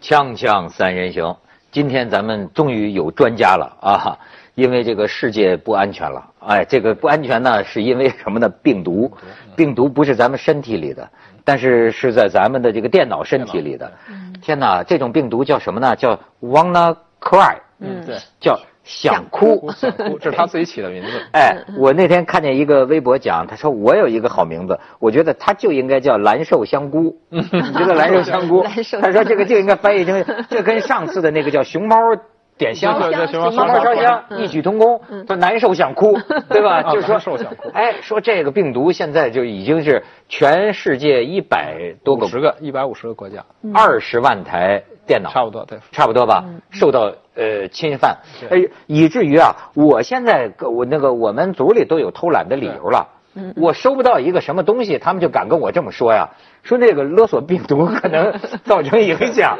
锵锵三人行，今天咱们终于有专家了啊！因为这个世界不安全了，哎，这个不安全呢，是因为什么呢？病毒，嗯病毒不是咱们身体里的，但是是在咱们的这个电脑身体里的。天哪，这种病毒叫什么呢？叫 wanna cry，嗯？对，叫想哭。。我想哭，这是他自己起的名字 哎，我那天看见一个微博讲，他说我有一个好名字，我觉得他就应该叫蓝瘦香 菇。你知道蓝瘦香菇 蓝瘦香菇他说这个就应该翻译成， 这跟上次的那个叫熊猫点心。对对，熊猫熊熊猫烧烧香嗯异曲同工，说难受想 哭，对吧？啊就是说难受想哭哎，说这个病毒现在就已经是全世界一百多个五十个，一百五十个国家，二十万台电脑，差不多对。差不多吧，嗯受到呃侵犯，哎，以至于啊，我现在个我那个我们组里都有偷懒的理由了。嗯我收不到一个什么东西，他们就敢跟我这么说呀，说这个勒索病毒可能造成影 响。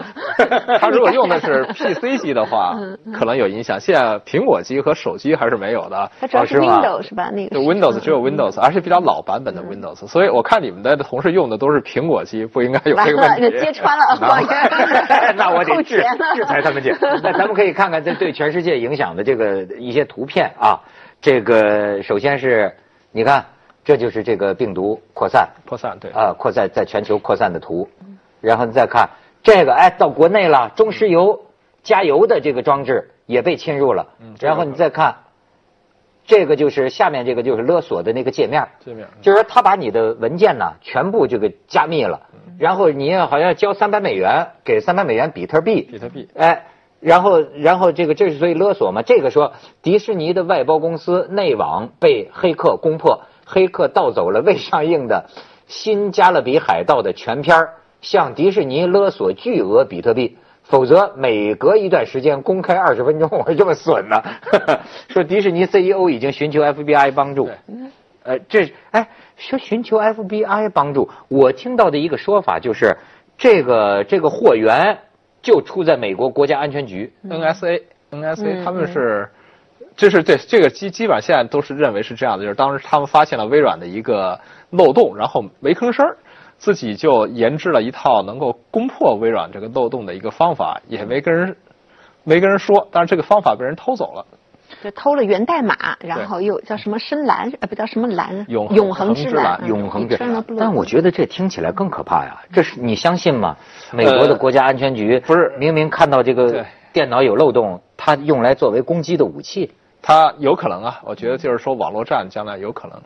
他如果用的是 PC 机 的话，嗯可能有影响。现在苹果机和手机还是没有的。它主要是哦是吗，Windows 是吧？那个就是 Windows 只有 Windows，而且比较老版本的 Windows，所以我看你们的同事用的都是苹果机，不应该有完这个了，问 那题。揭穿了谎言 那我得扣制钱了制裁他们去。那咱们可以看看这对全世界影响的这个一些图片啊。这个首先是，你看，这就是这个病毒扩散扩散对，啊、扩散在全球扩散的图，然后你再看这个，哎，到国内了，中石油加油的这个装置也被侵入了。嗯这个然后你再看，这个就是下面这个就是勒索的那个界面，这嗯面就是说他把你的文件呢全部这个加密了，嗯然后你也好像交三百美元给三百美元比特币，比特币哎，然后然后这个这是所以勒索嘛？这个说迪士尼的外包公司内网被黑客攻破，黑客盗走了未上映的《新加勒比海盗》的全片儿向迪士尼勒索巨额比特币。否则每隔一段时间公开二十分钟，我这么损呢、 说迪士尼 CEO 已经寻求 FBI 帮助对。呃，这是哎，说寻求 FBI 帮助，我听到的一个说法就是，这个这个货源就出在美国国家安全局。 NSA NSA 嗯他们是，这是对这个基基本上现在都是认为是这样的，就是当时他们发现了微软的一个漏洞，然后没吭声儿，自己就研制了一套能够攻破微软这个漏洞的一个方法，也没跟人没跟人说，但是这个方法被人偷走了。 就偷了源代码，然后又叫什么深蓝，呃，不叫什么蓝，永恒永恒之嗯永恒这，但但我我觉得这听起来更可怕呀！这是你相信吗？美国的呃国家安全局不是明明看到这个对电脑有漏洞，它用来作为攻击的武器。他有可能啊，我觉得就是说网络战将来有可能。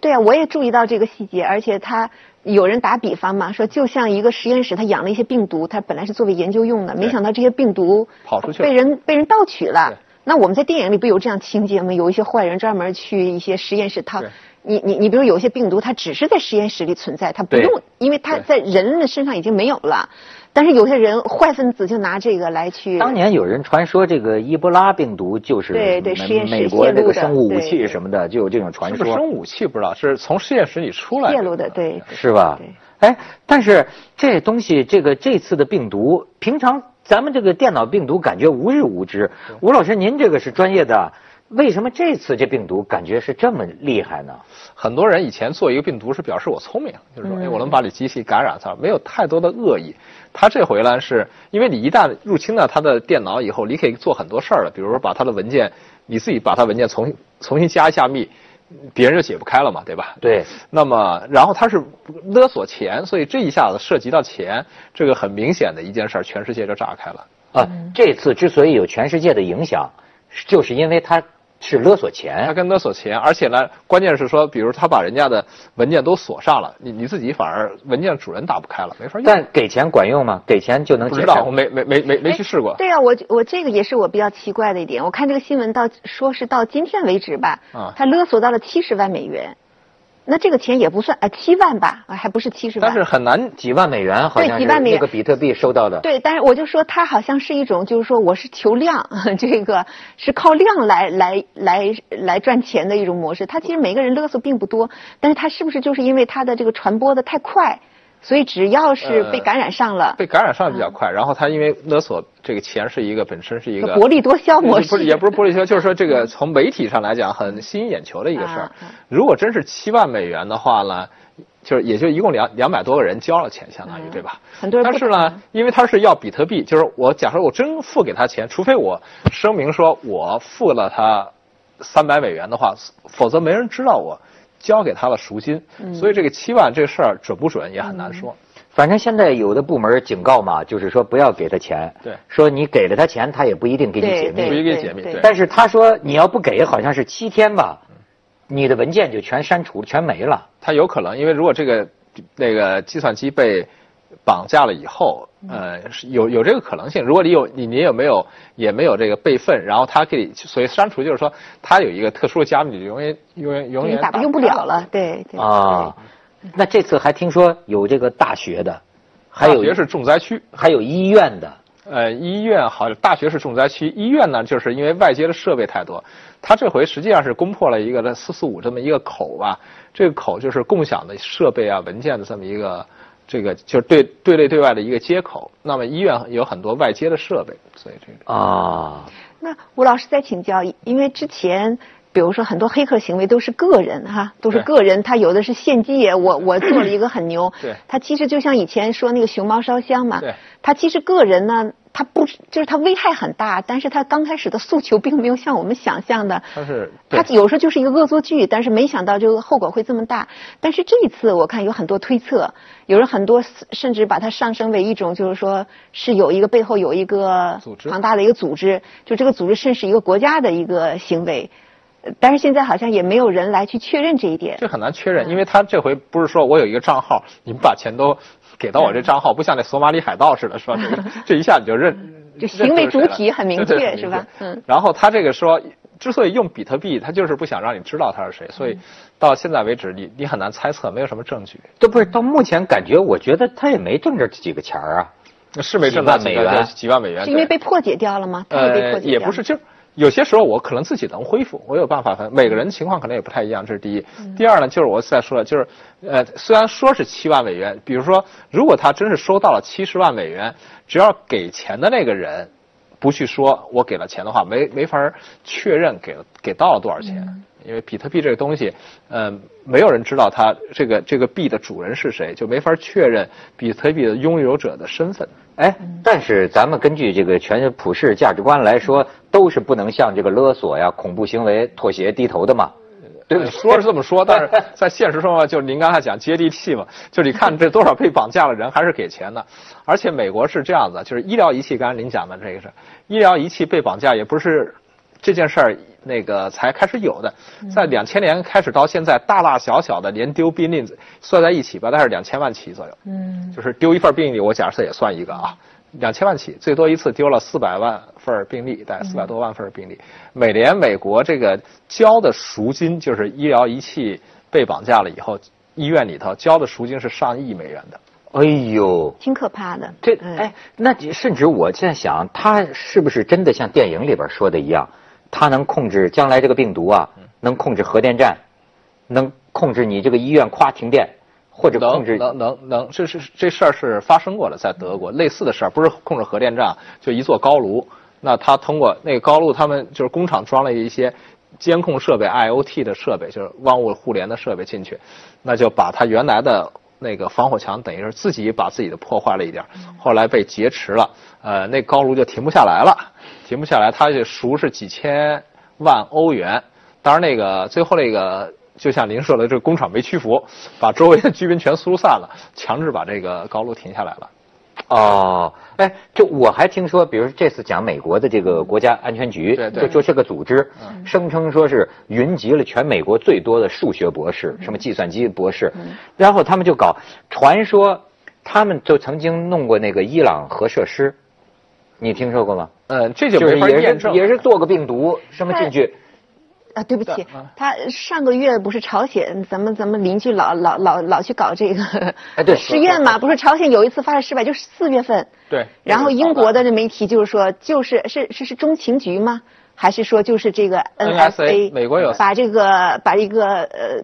对啊，我也注意到这个细节，而且他有人打比方嘛，说就像一个实验室，他养了一些病毒，他本来是作为研究用的，没想到这些病毒跑出去了被人被人盗取了对。那我们在电影里不有这样情节吗？有一些坏人专门去一些实验室，他对你你你，比如有一些病毒，它只是在实验室里存在，它不对用，因为它在人的身上已经没有了。但是有些人坏分子就拿这个来去，当年有人传说这个伊波拉病毒就是对对实美验室美国泄露这个的生物武对器什么的，就有这种传是不说是。生武器不知道，是从实验室里出来泄露的，对，是吧对？哎，但是这东西，这个这次的病毒，平常咱们这个电脑病毒感觉无日无之。吴老师，您这个是专业的，为什么这次这病毒感觉是这么厉害呢？很多人以前做一个病毒是表示我聪明，就是说，哎，我能把你机器感染上，没有太多的恶意。他这回呢，是因为你一旦入侵了他的电脑以后，你可以做很多事儿了，比如说把他的文件，你自己把他文件重新重新加一下密，别人就解不开了嘛，对吧？对，那么，然后他是勒索钱，所以这一下子涉及到钱，这个很明显的一件事儿，全世界就炸开了。啊，嗯这次之所以有全世界的影响，是就是因为它是勒索哎他钱。跟勒索钱，而且呢，关键是说，比如他把人家的文件都锁上了，你你自己反而文件主人打不开了，没法用。但给钱管用吗？给钱就能不解知决？道，我没没没没没去试过。对啊，我我这个也是我比较奇怪的一点。我看这个新闻到说是到今天为止吧，啊他勒索到了七十万美元，那这个钱也不算啊，七、7万吧，啊还不是七十万。但是很难，几万美元好像是对几万美那元个比特币收到的。对，但是我就说他好像是一种，就是说我是求量， 这个是靠量来来来来赚钱的一种模式。他其实每个人勒索并不多，但是他是不是就是因为他的这个传播的太快，所以只要是被呃感染上了，被感染上比较快。然后他因为勒索这个钱是一个本身是一个薄利多销模不式。嗯是也不是玻璃球，就是说这个从媒体上来讲很吸引眼球的一个事儿啊啊。如果真是七万美元的话呢，就是也就一共两两百多个人交了钱，相当于嗯对吧？很多人但不是懂呢，因为他是要比特币，就是我假设我真付给他钱，除非我声明说我付了他三百美元的话，否则没人知道我交给他了赎金。嗯所以这个七万这事儿准不准也很难说。反正现在有的部门警告嘛，就是说不要给他钱，对说你给了他钱，他也不一定给你解对不密。一定对解密对对但是他说你要不给，好像是七天吧，你的文件就全删除，全没了。他有可能，因为如果这个那个计算机被绑架了以后，嗯呃，是有有这个可能性。如果你有你你有没有也没有这个备份，然后他可以，所以删除就是说他有一个特殊的加密，你永远永远永远打打用不了了，对对啊，那这次还听说有这个大学的，还大有学是重灾区，还有医院的，呃，医院好，大学是重灾区。医院呢，就是因为外接的设备太多，它这回实际上是攻破了一个四四五这么一个口吧。这个口就是共享的设备啊、文件的这么一个，这个就是对对内对外的一个接口。那么医院有很多外接的设备，所以这个啊，那吴老师再请教，因为之前。比如说，很多黑客行为都是个人哈、都是对，个人，他有的是献祭，我我做了一个很牛对他其实就像以前说那个熊猫烧香嘛对，他其实个人呢，他不就是他危害很大，但是他刚开始的诉求并没有像我们想象的，它是对他有时候就是一个恶作剧，但是没想到这个后果会这么大。但是这一次我看有很多推测，有人很多甚至把它上升为一种，就是说是有一个背后有一个组织庞大的一个组织，就这个组织甚至是一个国家的一个行为。呃但是现在好像也没有人来去确认这一点。这很难确认，嗯因为他这回不是说我有一个账号，你们把钱都给到我嗯这账号，不像那索马里海盗似的，说这 个这一下你就认，嗯就认行为出是谁主体了很明对对确很是吧嗯。然后他这个说，之所以用比特币，他就是不想让你知道他是谁，嗯所以到现在为止，你你很难猜测，没有什么证据，都不是到目前感觉，我觉得他也没挣着几个钱儿啊。是没证几万到美元几万美元，是因为对被破解掉了吗？他也被呃破，解掉也了。不是，就是有些时候我可能自己能恢复，我有办法。反正每个人情况可能也不太一样，这是第一。嗯第二呢，就是我再说了，就是呃，虽然说是七万美元，比如说如果他真是收到了七十万美元，只要给钱的那个人不去说我给了钱的话，没没法儿确认给了给到了多少钱。嗯因为比特币这个东西，嗯、没有人知道它这个这个币的主人是谁，就没法儿确认比特币的拥有者的身份。哎，但是咱们根据这个全普世价值观来说，都是不能向这个勒索呀、恐怖行为妥协低头的嘛，对不呃对？说是这么说，但是在现实生活，就是您刚才讲接地气嘛，就是你看这多少被绑架了人还是给钱的，而且美国是这样子，就是医疗仪器，刚才您讲的这个是医疗仪器被绑架，也不是这件事儿那个才开始有的，在两千年开始到现在，大大小小的连丢宾利算在一起吧，大概是两千万起左右。嗯，就是丢一份病例，我假设也算一个啊，两千万起，最多一次丢了四百万份病例，大概四百多万份病例。每年美国这个交的赎金，就是医疗仪器被绑架了以后，医院里头交的赎金是上亿美元的。哎呦，挺可怕的。这嗯哎，那甚至我现在想，他是不是真的像电影里边说的一样，他能控制将来这个病毒啊，能控制核电站，能控制你这个医院夸停电，或者控制能能能能，这是这事儿是发生过的，在德国类似的事儿，不是控制核电站，啊就一座高炉。那他通过那个高炉，他们就是工厂装了一些监控设备、IOT 的设备，就是万物互联的设备进去，那就把他原来的那个防火墙等于是自己把自己的破坏了一点儿，后来被劫持了，呃，那高炉就停不下来了，停不下来，他就赎是几千万欧元，当然，那个最后那个，就像您说的，这个工厂没屈服，把周围的居民全疏散了，强制把这个高楼停下来了。哦，哎，就我还听说，比如这次讲美国的这个国家安全局，嗯对对嗯就说这个组织声称说是云集了全美国最多的数学博士，嗯什么计算机博士，然后他们就搞，传说他们就曾经弄过那个伊朗核设施，你听说过吗？嗯，这就就没是法也验是证。也是做个病毒什么进去，啊，对不对起啊，他上个月不是朝鲜，咱们咱们邻居老老老老去搞这个哎对实验啊嘛，不是朝鲜有一次发射失败，就是四月份。对然后那个导弹英国的这媒体就是说，就是是是是中情局吗？还是说就是这个 NSA？美国有把这个把一个呃。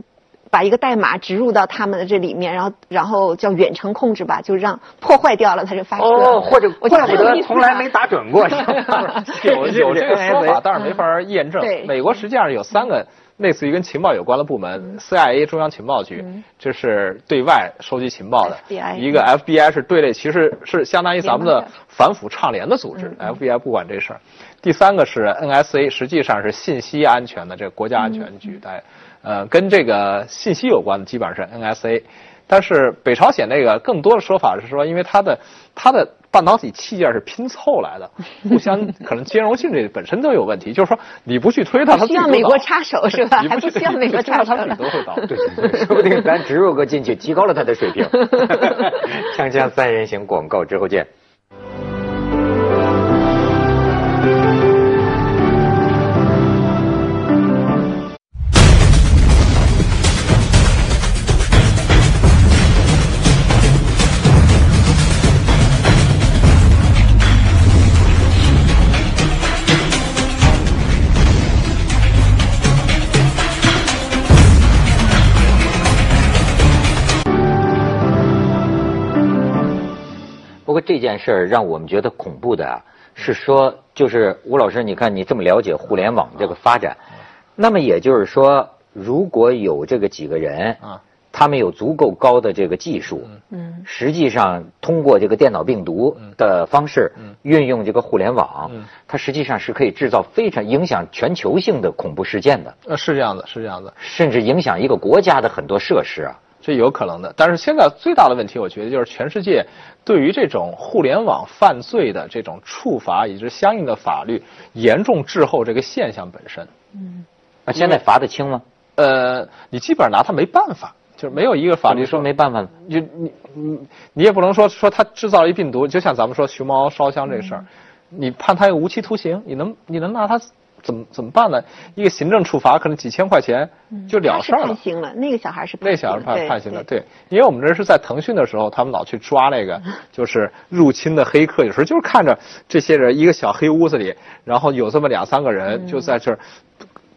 把一个代码植入到他们的这里面，然后然后叫远程控制吧，就让破坏掉了它就发射。哦，或者我觉怪不很有得意思从来啊没打准过，是吧 有有这个说法，哎但是没法验证嗯对。美国实际上有三个类似于跟情报有关的部嗯门，CIA 中央情报局，这是对外收集情报的 FBI 一个 FBI 是对类，其实是相当于咱们嗯联的邦调查反腐倡廉的组嗯织，FBI 不管这事儿。第三个是 NSA，实际上是信息安全的这个国家安嗯全局，哎，呃，跟这个信息有关的基本上是 NSA。但是北朝鲜那个更多的说法是说，因为它的它的半导体器件是拼凑来的，互 相可能兼容性这本身就有问题。就是说，你不去推它，它不需要自己美就国倒插手是 吧你还不去需要美 国你不去推它插手它自己都 会倒。 对，说不定咱植入个进去，提高了他的水 平。锵锵三人行广告之后见。不过这件事儿让我们觉得恐怖的啊，是说就是吴老师，你看你这么了解互联网这个发展，那么也就是说，如果有这个几个人啊，他们有足够高的这个技术，嗯，实际上通过这个电脑病毒的方式运用这个互联网嗯，它实际上是可以制造非常影响全球性的恐怖事件的，呃，是这样的，是这样的。甚至影响一个国家的很多设施啊。这有可能的。但是现在最大的问题，我觉得就是全世界对于这种互联网犯罪的这种处罚以及相应的法律严重滞后这个现象本身。嗯那现在罚得轻吗？呃，你基本上拿他没办法，就是没有一个法律你说说没办法呢。就你你你也不能说说他制造了一病毒，就像咱们说熊猫烧香这事儿，你判他一个无期徒刑，你能你能拿他怎么怎么办呢？一个行政处罚可能几千块钱就了他是事儿了判。刑了，那个小孩是那判刑小了孩判判刑的，，对，因为我们这是在腾讯的时候，他们老去抓那 个就是入侵的黑客，有时候就是看着这些人一个小黑屋子里，然后有这么两三个人就在这儿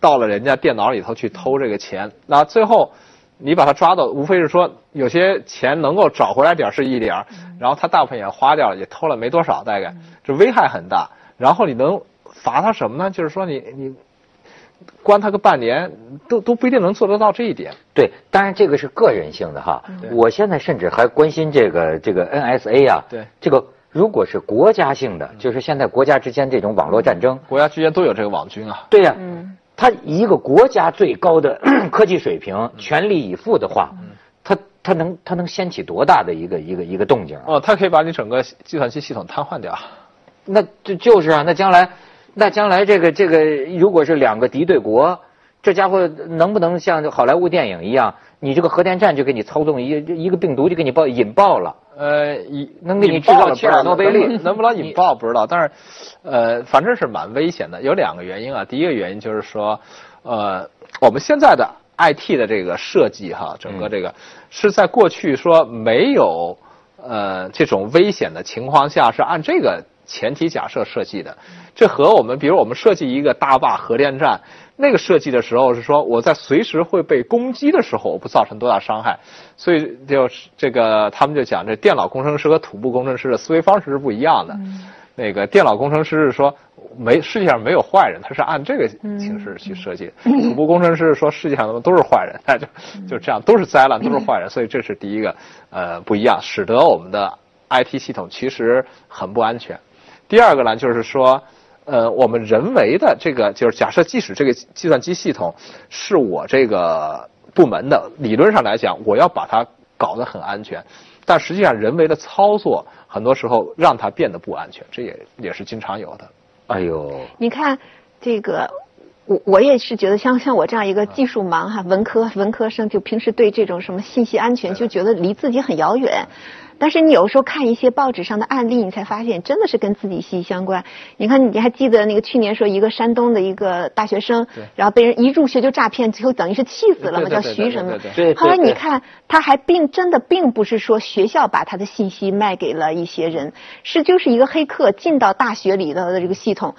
到了人家电脑里头去偷这个钱，那最后你把他抓到，无非是说有些钱能够找回来点儿是一点儿，然后他大部分也花掉了，也偷了没多少，大概这危害很大。然后你能罚他什么呢？就是说你你。关他个半年，都都不一定能做得到这一点。对，当然这个是个人性的哈。嗯我现在甚至还关心这个这个 NSA 啊，对嗯这个如果是国家性的，就是现在国家之间这种网络战争，国家之间都有这个网军啊。对呀、他一个国家最高的 科技水平嗯全力以赴的话，他他能他能掀起多大的一个一个一个动静啊？哦，它可以把你整个计算机系统瘫痪掉。那就就是啊，那将来，那将来这个这个，如果是两个敌对国，这家伙能不能像好莱坞电影一样，你这个核电站就给你操纵一一个病毒就给你爆引爆了？呃，以能给你引制造爆了切尔诺贝利 能不能不能引爆不知道，但是，呃，反正是蛮危险的。有两个原因啊，第一个原因就是说，呃，我们现在的 IT 的这个设计嗯哈，整个这个、是在过去说没有呃这种危险的情况下是按这个前提假设设计的。这和我们比如我们设计一个大坝核电站，那个设计的时候是说我在随时会被攻击的时候，我不造成多大伤害。所以就是这个他们就讲，这电脑工程师和土木工程师的思维方式是不一样的。那个电脑工程师是说没世界上没有坏人，他是按这个形式去设计的。土木工程师是说世界上都是坏人， 他就就这样都是灾难，都是坏人。所以这是第一个呃不一样，使得我们的 IT 系统其实很不安全。第二个呢，就是说，呃，我们人为的这个，就是假设即使这个计算机系统是我这个部门的，理论上来讲，我要把它搞得很安全，但实际上人为的操作，很多时候让它变得不安全，这也也是经常有的。哎呦，你看这个，我我也是觉得像像我这样一个技术盲哈、文科文科生，就平时对这种什么信息安全就觉得离自己很遥远。但是你有时候看一些报纸上的案例，你才发现真的是跟自己息息相关。你看，你还记得那个去年说一个山东的一个大学生对，然后被人一入学就诈骗，最后等于是气死了对嘛，对叫对徐对什么对对对？对对后来你对看，他还并真的并不是说学校把他的信息卖给了一些人，是就是一个黑客进到大学里头的这个系统。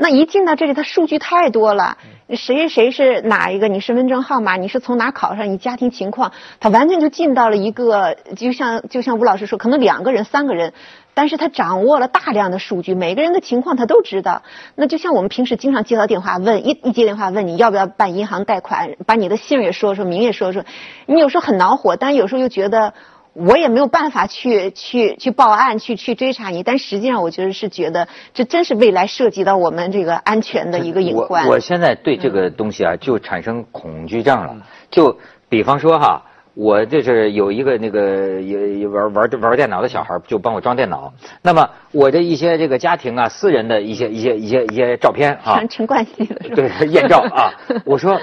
那一进到这里，它数据太多了，嗯谁谁谁是哪一个，你身份证号码，你是从哪考上，你家庭情况，他完全就进到了一个，就像就像吴老师说，可能两个人、三个人，但是他掌握了大量的数据，每个人的情况他都知道。那就像我们平时经常接到电话问，一一接电话问你要不要办银行贷款，把你的姓也说说，名也说说，你有时候很恼火，但有时候又觉得。我也没有办法去去去报案，去去追查你，但实际上我觉得是觉得这真是未来涉及到我们这个安全的一个隐嗯患。呃我我现在对这个东西啊就产生恐惧症嗯了。就比方说哈，我就是有一个那个也也玩玩玩电脑的小孩，就帮我装电脑。那么我的一些这个家庭啊、私人的一些一些一些一些照片啊，陈陈冠希的是吧？对艳照啊，我 说。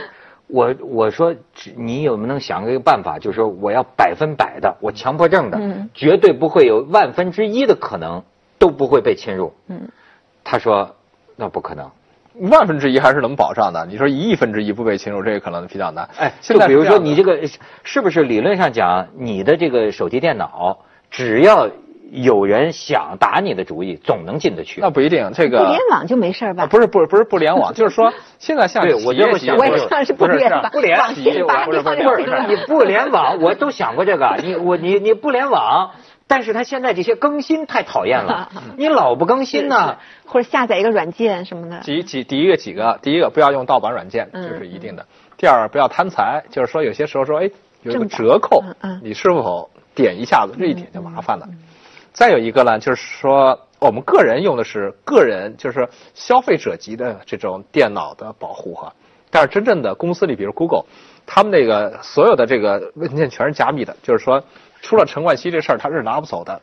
我我说，你有没有能想个办法？就是说，我要百分百的，我强迫症的，嗯绝对不会有万分之一的可能都不会被侵入。嗯，他说，那不可能。万分之一还是能保障的。你说一亿分之一不被侵入，这个可能比较难。哎，现就在比如是这说样的你这个是是不是理论上讲，你的这个手提电脑，只要有人想打你的主意，总能进得去那。不一定，这互个联网就没事儿吧？啊，不是不是不是不联网，就是说现在像对企 业我这么级想我不也是想是不不是联这样网不，联网企业信八不是不地方是就不没是事儿你不联网，我都想过这个。你我你你不联网，但是他现在这些更新太讨厌 了，你老不更新呢。或者下载一个软件什么的。几几第一个几个，第一个不要用盗版软件，这嗯是一定的。第二，不要贪财，就是说有些时候说，哎，有一个正版折扣嗯嗯，你是否点一下子，这一点就麻烦了。再有一个呢，就是说我们个人用的是个人，就是消费者级的这种电脑的保护哈。但是真正的公司里，比如 Google，他们这个所有的这个文件全是加密的，就是说出了陈冠希这事儿，他是拿不走的，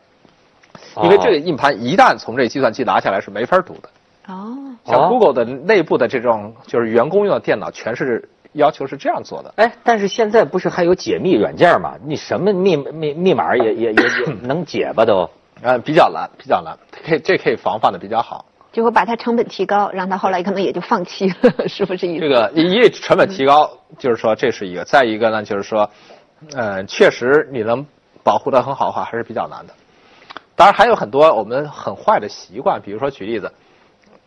因为这哦个硬盘一旦从这计算机拿下来是没法读的。哦，哦像 Google 的内部的这种就是员工用的电脑，全是要求是这样做的。哎，但是现在不是还有解密软件吗？你什么密密密码也也 也也能解吧都？呃，比较难，比较难，可以这可以防范的比较好。就会把它成本提高，让他后来可能也就放弃了， 是不是意思？这个一一成本提高，就是说这是一个；再一个呢，就是说，呃，确实你能保护的很好的话，还是比较难的。当然还有很多我们很坏的习惯，比如说举例子，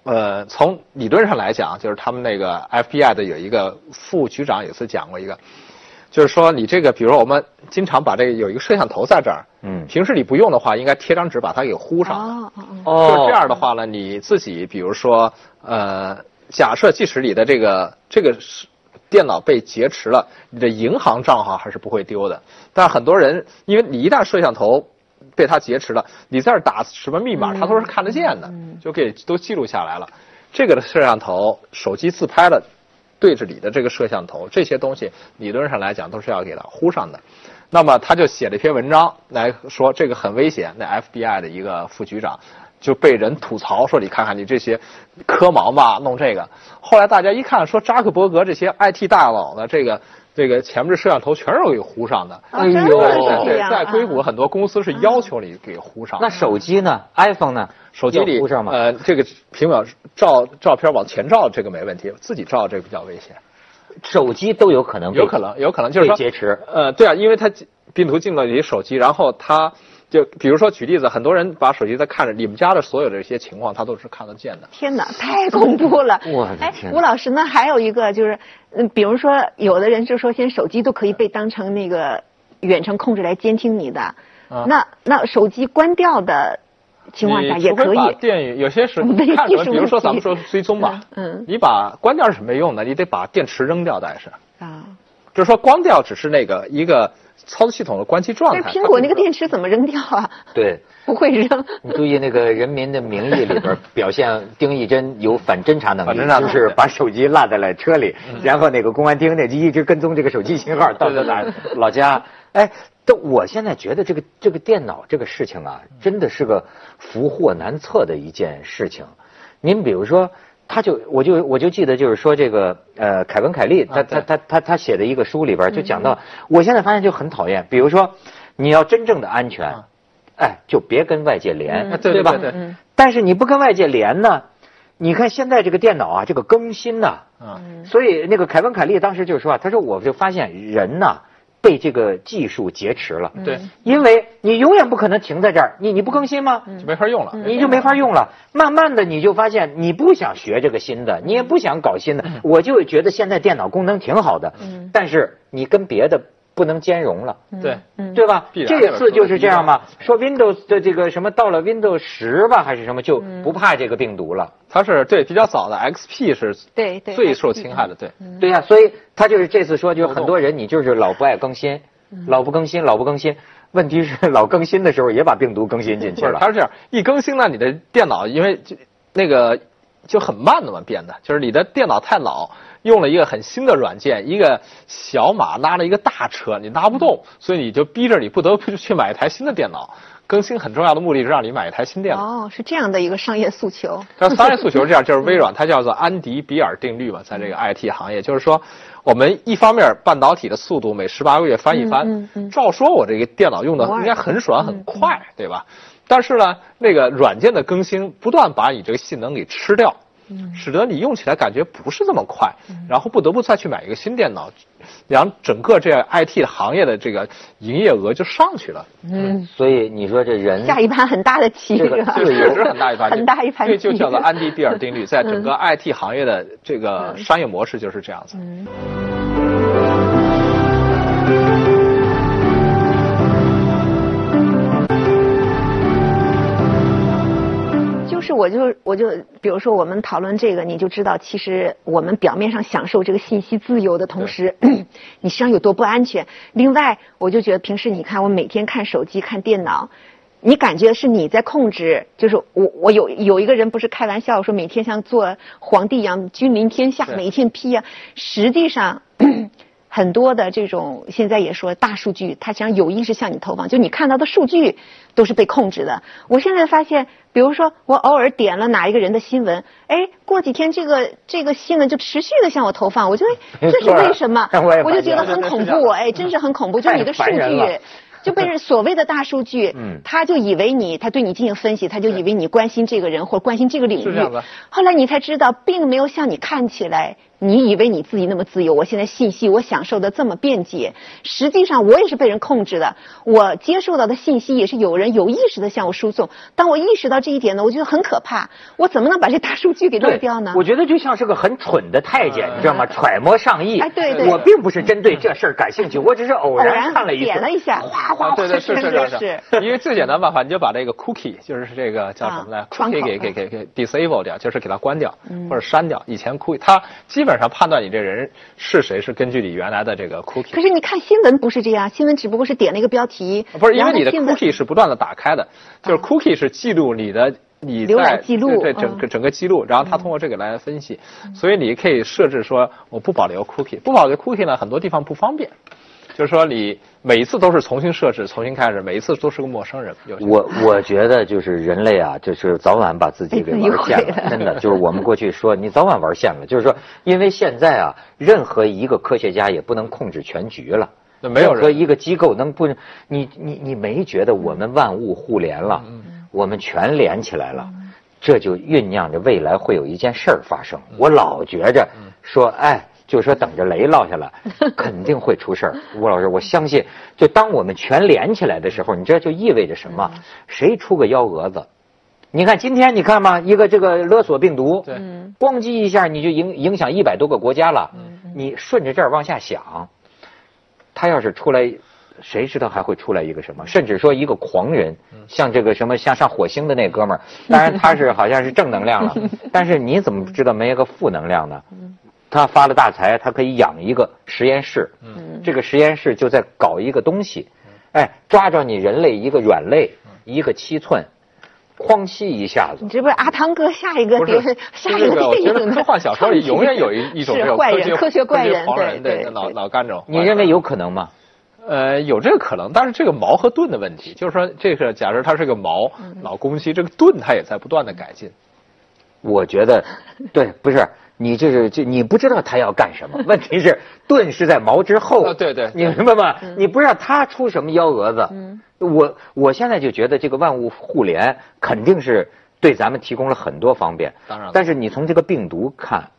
呃，从理论上来讲，就是他们那个 FBI 的有一个副局长有一次讲过一个，就是说你这个，比如说我们经常把这个有一个摄像头在这儿，嗯平时你不用的话，应该贴张纸把它给糊上的。哦哦哦，就这样的话呢，你自己比如说，呃，假设即使你的这个这个是电脑被劫持了，你的银行账号还是不会丢的。但很多人，因为你一旦摄像头被他劫持了，你在这儿打什么密码，他都是看得见的，就给都记录下来了。这个摄像头、手机自拍的，对着你的这个摄像头，这些东西理论上来讲都是要给它糊上的。那么他就写了一篇文章来说这个很危险，那 FBI 的一个副局长就被人吐槽说你看看你这些科盲吧，弄这个。后来大家一看说扎克伯格这些 IT 大佬的这个这个前面这摄像头全是给糊上的。哦真哎的呦对是这对，样在硅谷啊很多公司是要求你给糊上的。那手机呢？iPhone 呢？手机里要呼上吗？呃，这个屏幕照照片往前照这个没问题，自己照这个比较危险。手机都有可能被有可能，有可能就是说被劫持呃，对啊，因为它病毒进了你手机，然后它就比如说举例子，很多人把手机在看着，你们家的所有的一些情况，他都是看得见的。天哪，太恐怖 了！我的哎天，吴老师，那还有一个就是，嗯，比如说有的人就说，现在手机都可以被当成那个远程控制来监听你的，啊那那手机关掉的情况下你也除非可以把，电影有 些时候我们的看什艺么，术比如问说咱题们说追踪吧， 嗯嗯你把关掉是没用的，你得把电池扔掉，但是啊，就是说关掉只是那个一个操作系统的关机状但态。是哎苹果那个它并不是电池怎么扔掉啊？对。不会扔， 你注意那个《人民的名义》里边表现丁义珍有反侦查能反力，侦查就能力嗯是把手机落在了车里，然后那个公安厅那就一直跟踪这个手机信号到对对哪儿老家。哎，但我现在觉得这个这个电脑这个事情啊，嗯真的是个福祸难测的一件事情。您比如说，他就我就我就记得就是说这个呃，凯文凯利他啊他对嗯他他他写的一个书里边就讲到，我现在发现就很讨厌，比如说你要真正的安全啊。哎，就别跟外界嗯连，啊对吧？对对对但是你不跟外界连呢，你看现在这个电脑啊，这个更新呐、啊，嗯所以那个凯文·凯利当时就说啊，他说我就发现人呐、被这个技术劫持了。对，嗯因为你永远不可能停在这儿，你你不更新吗？就没法用了，嗯你就没法用了。慢慢的，你就发现你不想学这个新的，你也不想搞新的。我就觉得现在电脑功能挺好的，嗯但是你跟别的不能兼容了，对，嗯对吧？必然这次就是这样嘛。说 Windows 的这个什么到了 Windows 十吧，还是什么就嗯不怕这个病毒了。它是对比较早的 XP 是对对最受侵害的，对，嗯对呀、所以他就是这次说，就是很多人你就是老不爱更新，嗯老不更新，老不更新。问题是 老更新的时候也把病毒更新进去不是，了它。是这样，一更新呢，你的电脑因为就那个就很慢的嘛变的，就是你的电脑太老，用了一个很新的软件，一个小马拉了一个大车，你拉不动，所以你就逼着你不得不去买一台新的电脑。更新很重要的目的是让你买一台新电脑。哦，是这样的一个商业诉求。但是商业诉求是这样，就是微软它叫做安迪比尔定律嘛，在嗯这个 IT 行业，就是说我们一方面半导体的速度每十八个月翻一翻，嗯嗯嗯照说我这个电脑用的偶尔嗯应该很爽很快，对吧？但是呢，那个软件的更新不断把你这个性能给吃掉，嗯使得你用起来感觉不是这么快，然后不得不再去买一个新电脑，然后整个这个 IT 行业的这个营业额就上去了。嗯，所以你说这人下一盘很大的棋这个是 吧？这嗯这个确实很大一盘棋， 很大一嗯盘这棋，就啊 叫做安迪比尔定律，在整个 IT 行业的这嗯个商业模式就是这样子。就是我就我就比如说我们讨论这个，你就知道，其实我们表面上享受这个信息自由的同时， 你身上有多不安全。另外，我就觉得平时你看我每天看手机、看电脑。你感觉是你在控制，就是我我有有一个人不是开玩笑说每天像做皇帝一样君临天下，对每天批啊，实际上 很多的这种现在也说大数据，它实际上有意识向你投放，就你看到的数据都是被控制的。我现在发现，比如说我偶尔点了哪一个人的新闻，哎，过几天这个这个新闻就持续的向我投放，我觉得没这是错儿为什么？ 我也发就现觉得了很对对恐是这怖，样哎，真是很恐怖，就太你的数烦人了 据。就被所谓的大数据，嗯他就以为你，他对你进行分析，他就以为你关心这个人或者关心这个领是这样域的。后来你才知道，并没有像你看起来，你以为你自己那么自由。我现在信息我享受的这么便捷，实际上我也是被人控制的。我接受到的信息也是有人有意识的向我输送。当我意识到这一点呢，我觉得很可怕。我怎么能把这大数据给对漏掉呢？ 我觉得就像是个很蠢的太监，嗯你知道吗？揣摩上意。哎对对我并不是针对这事儿感兴趣，我只是偶偶然然看了一点了次。一下，哗哗啊，哗，对对是真是的是是，因为最简单办法，你就把这个 cookie，就是这个叫什么来啊窗口嗯，cookie 给给给给 disable 掉，就是给它关掉或者删掉。以前 cookie 它基本上判断你这人是谁是根据你原来的这个 cookie，可是你看新闻不是这样，新闻只不过是点了一个标题，啊不是因然为后你的新闻 cookie 是不断的打开的，就是 cookie 是记录你的你浏览在记录啊嗯对对整个整个记录，然后它通过这个来分析，所以你可以设置说我不保留 cookie，不保留 cookie 呢，很多地方不方便，就是说你每一次都是重新设置，重新开始，每一次都是个陌生人。有些我我觉得就是人类啊，就是早晚把自己给玩被自己线毁了了，真的就是我们过去说你早晚玩线了，就是说，因为现在啊，任何一个科学家也不能控制全局了。那没有任何人一个机构能不能？你你你没觉得我们万物互联了，嗯我们全连起来了，这就酝酿着未来会有一件事儿发生。嗯我老觉着说，哎，就说等着雷落下来，肯定会出事儿。吴老师，我相信，就当我们全连起来的时候，你知道就意味着什么？谁出个幺蛾子？你看今天你看嘛，一个这个勒索病毒，对。嗯咣叽一下你就影影响一百多个国家了。你顺着这儿往下想，他要是出来，谁知道还会出来一个什么？甚至说一个狂人，像这个什么像上火星的那哥们儿，当然他是好像是正能量了，但是你怎么知道没有个负能量呢？他发了大财，他可以养一个实验室，这个实验室就在搞一个东西，哎，抓着你人类一个软肋，一个七寸，哐叽一下子你。这不是阿汤哥下一个不是电，就 下一这个，我电觉影得的科幻小说里永远有 一一种是这种坏科人学科学怪人狂人，对对对老对老干这种坏事。你认为有可能吗？呃有这个可能，但是这个矛和盾的问题，就是说这个假设它是个矛，老攻击这个盾，它也在不断的改进。我觉 得，对，不是你这是这你不知道他要干 什么，问题是盾是在矛之后，啊对对嗯你明白吗？你不知道他出什么幺蛾子。我我现在就觉得这个万物互联肯定是对咱们提供了很多方便，当然了但是你从这个嗯病毒看，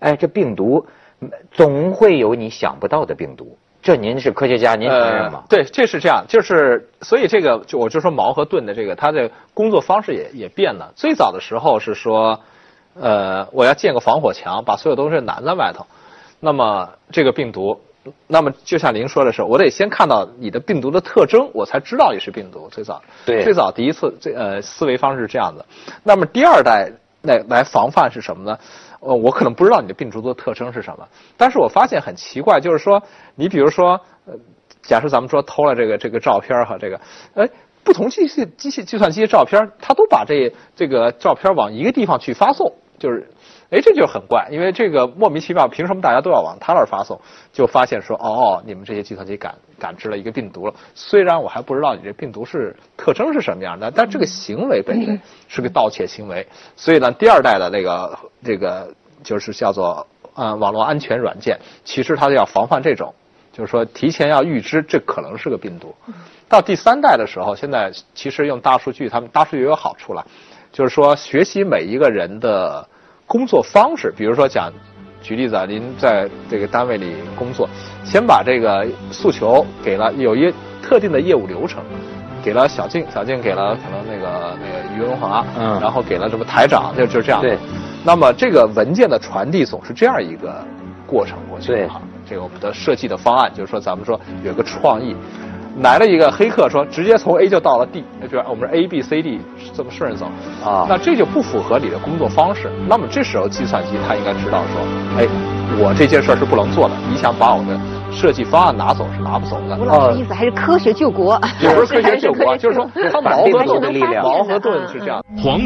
哎，这病毒嗯总会有你想不到的病毒。这您是科学家，您承认吗？呃对，这是这样，就是所以这个就我就说矛和盾的这个，它的工作方式也也变了。最早的时候是说，呃，我要建个防火墙，把所有东西拦在外头。那么这个病毒，那么就像您说的是，我得先看到你的病毒的特征，我才知道你是病毒。最早，对最早第一次这呃思维方式是这样的。那么第二代来来防范是什么呢？呃，我可能不知道你的病毒的特征是什么，但是我发现很奇怪，就是说，你比如说，呃，假设咱们说偷了这个这个照片儿和这个，哎，不同机器机器计算机的照片儿，它都把这这个照片儿往一个地方去发送，就是，哎，这就很怪，因为这个莫名其妙，凭什么大家都要往它那儿发送？就发现说，哦，你们这些计算机感感知了一个病毒了，虽然我还不知道你这病毒是特征是什么样的，但这个行为本身是个盗窃行为，所以呢，第二代的那个这个就是叫做呃网络安全软件，其实它就要防范这种，就是说提前要预知这可能是个病毒。到第三代的时候，现在其实用大数据，他们大数据也有好处了，就是说学习每一个人的工作方式，比如说讲。举例子啊，您在这个单位里工作，先把这个诉求给了有一特定的业务流程，给了小静，小静给了可能那个那个于文华，嗯然后给了什么台长，就就这样。对。那么这个文件的传递总是这样一个过程过去。对啊这个我们的设计的方案就是说，咱们说有一个创意，来了一个黑客说直接从 A 就到了 D，那就是我们是 A B C D 这么顺着走。啊那这就不符合你的工作方式。那么这时候计算机它应该知道说，哎，我这件事儿是不能做的，你想把我的设计方案拿走是拿不走的吴。老师意思还是科学救国，也不是科学救国，就是说它反矛对和民族盾的力量矛和盾是这样的。黄。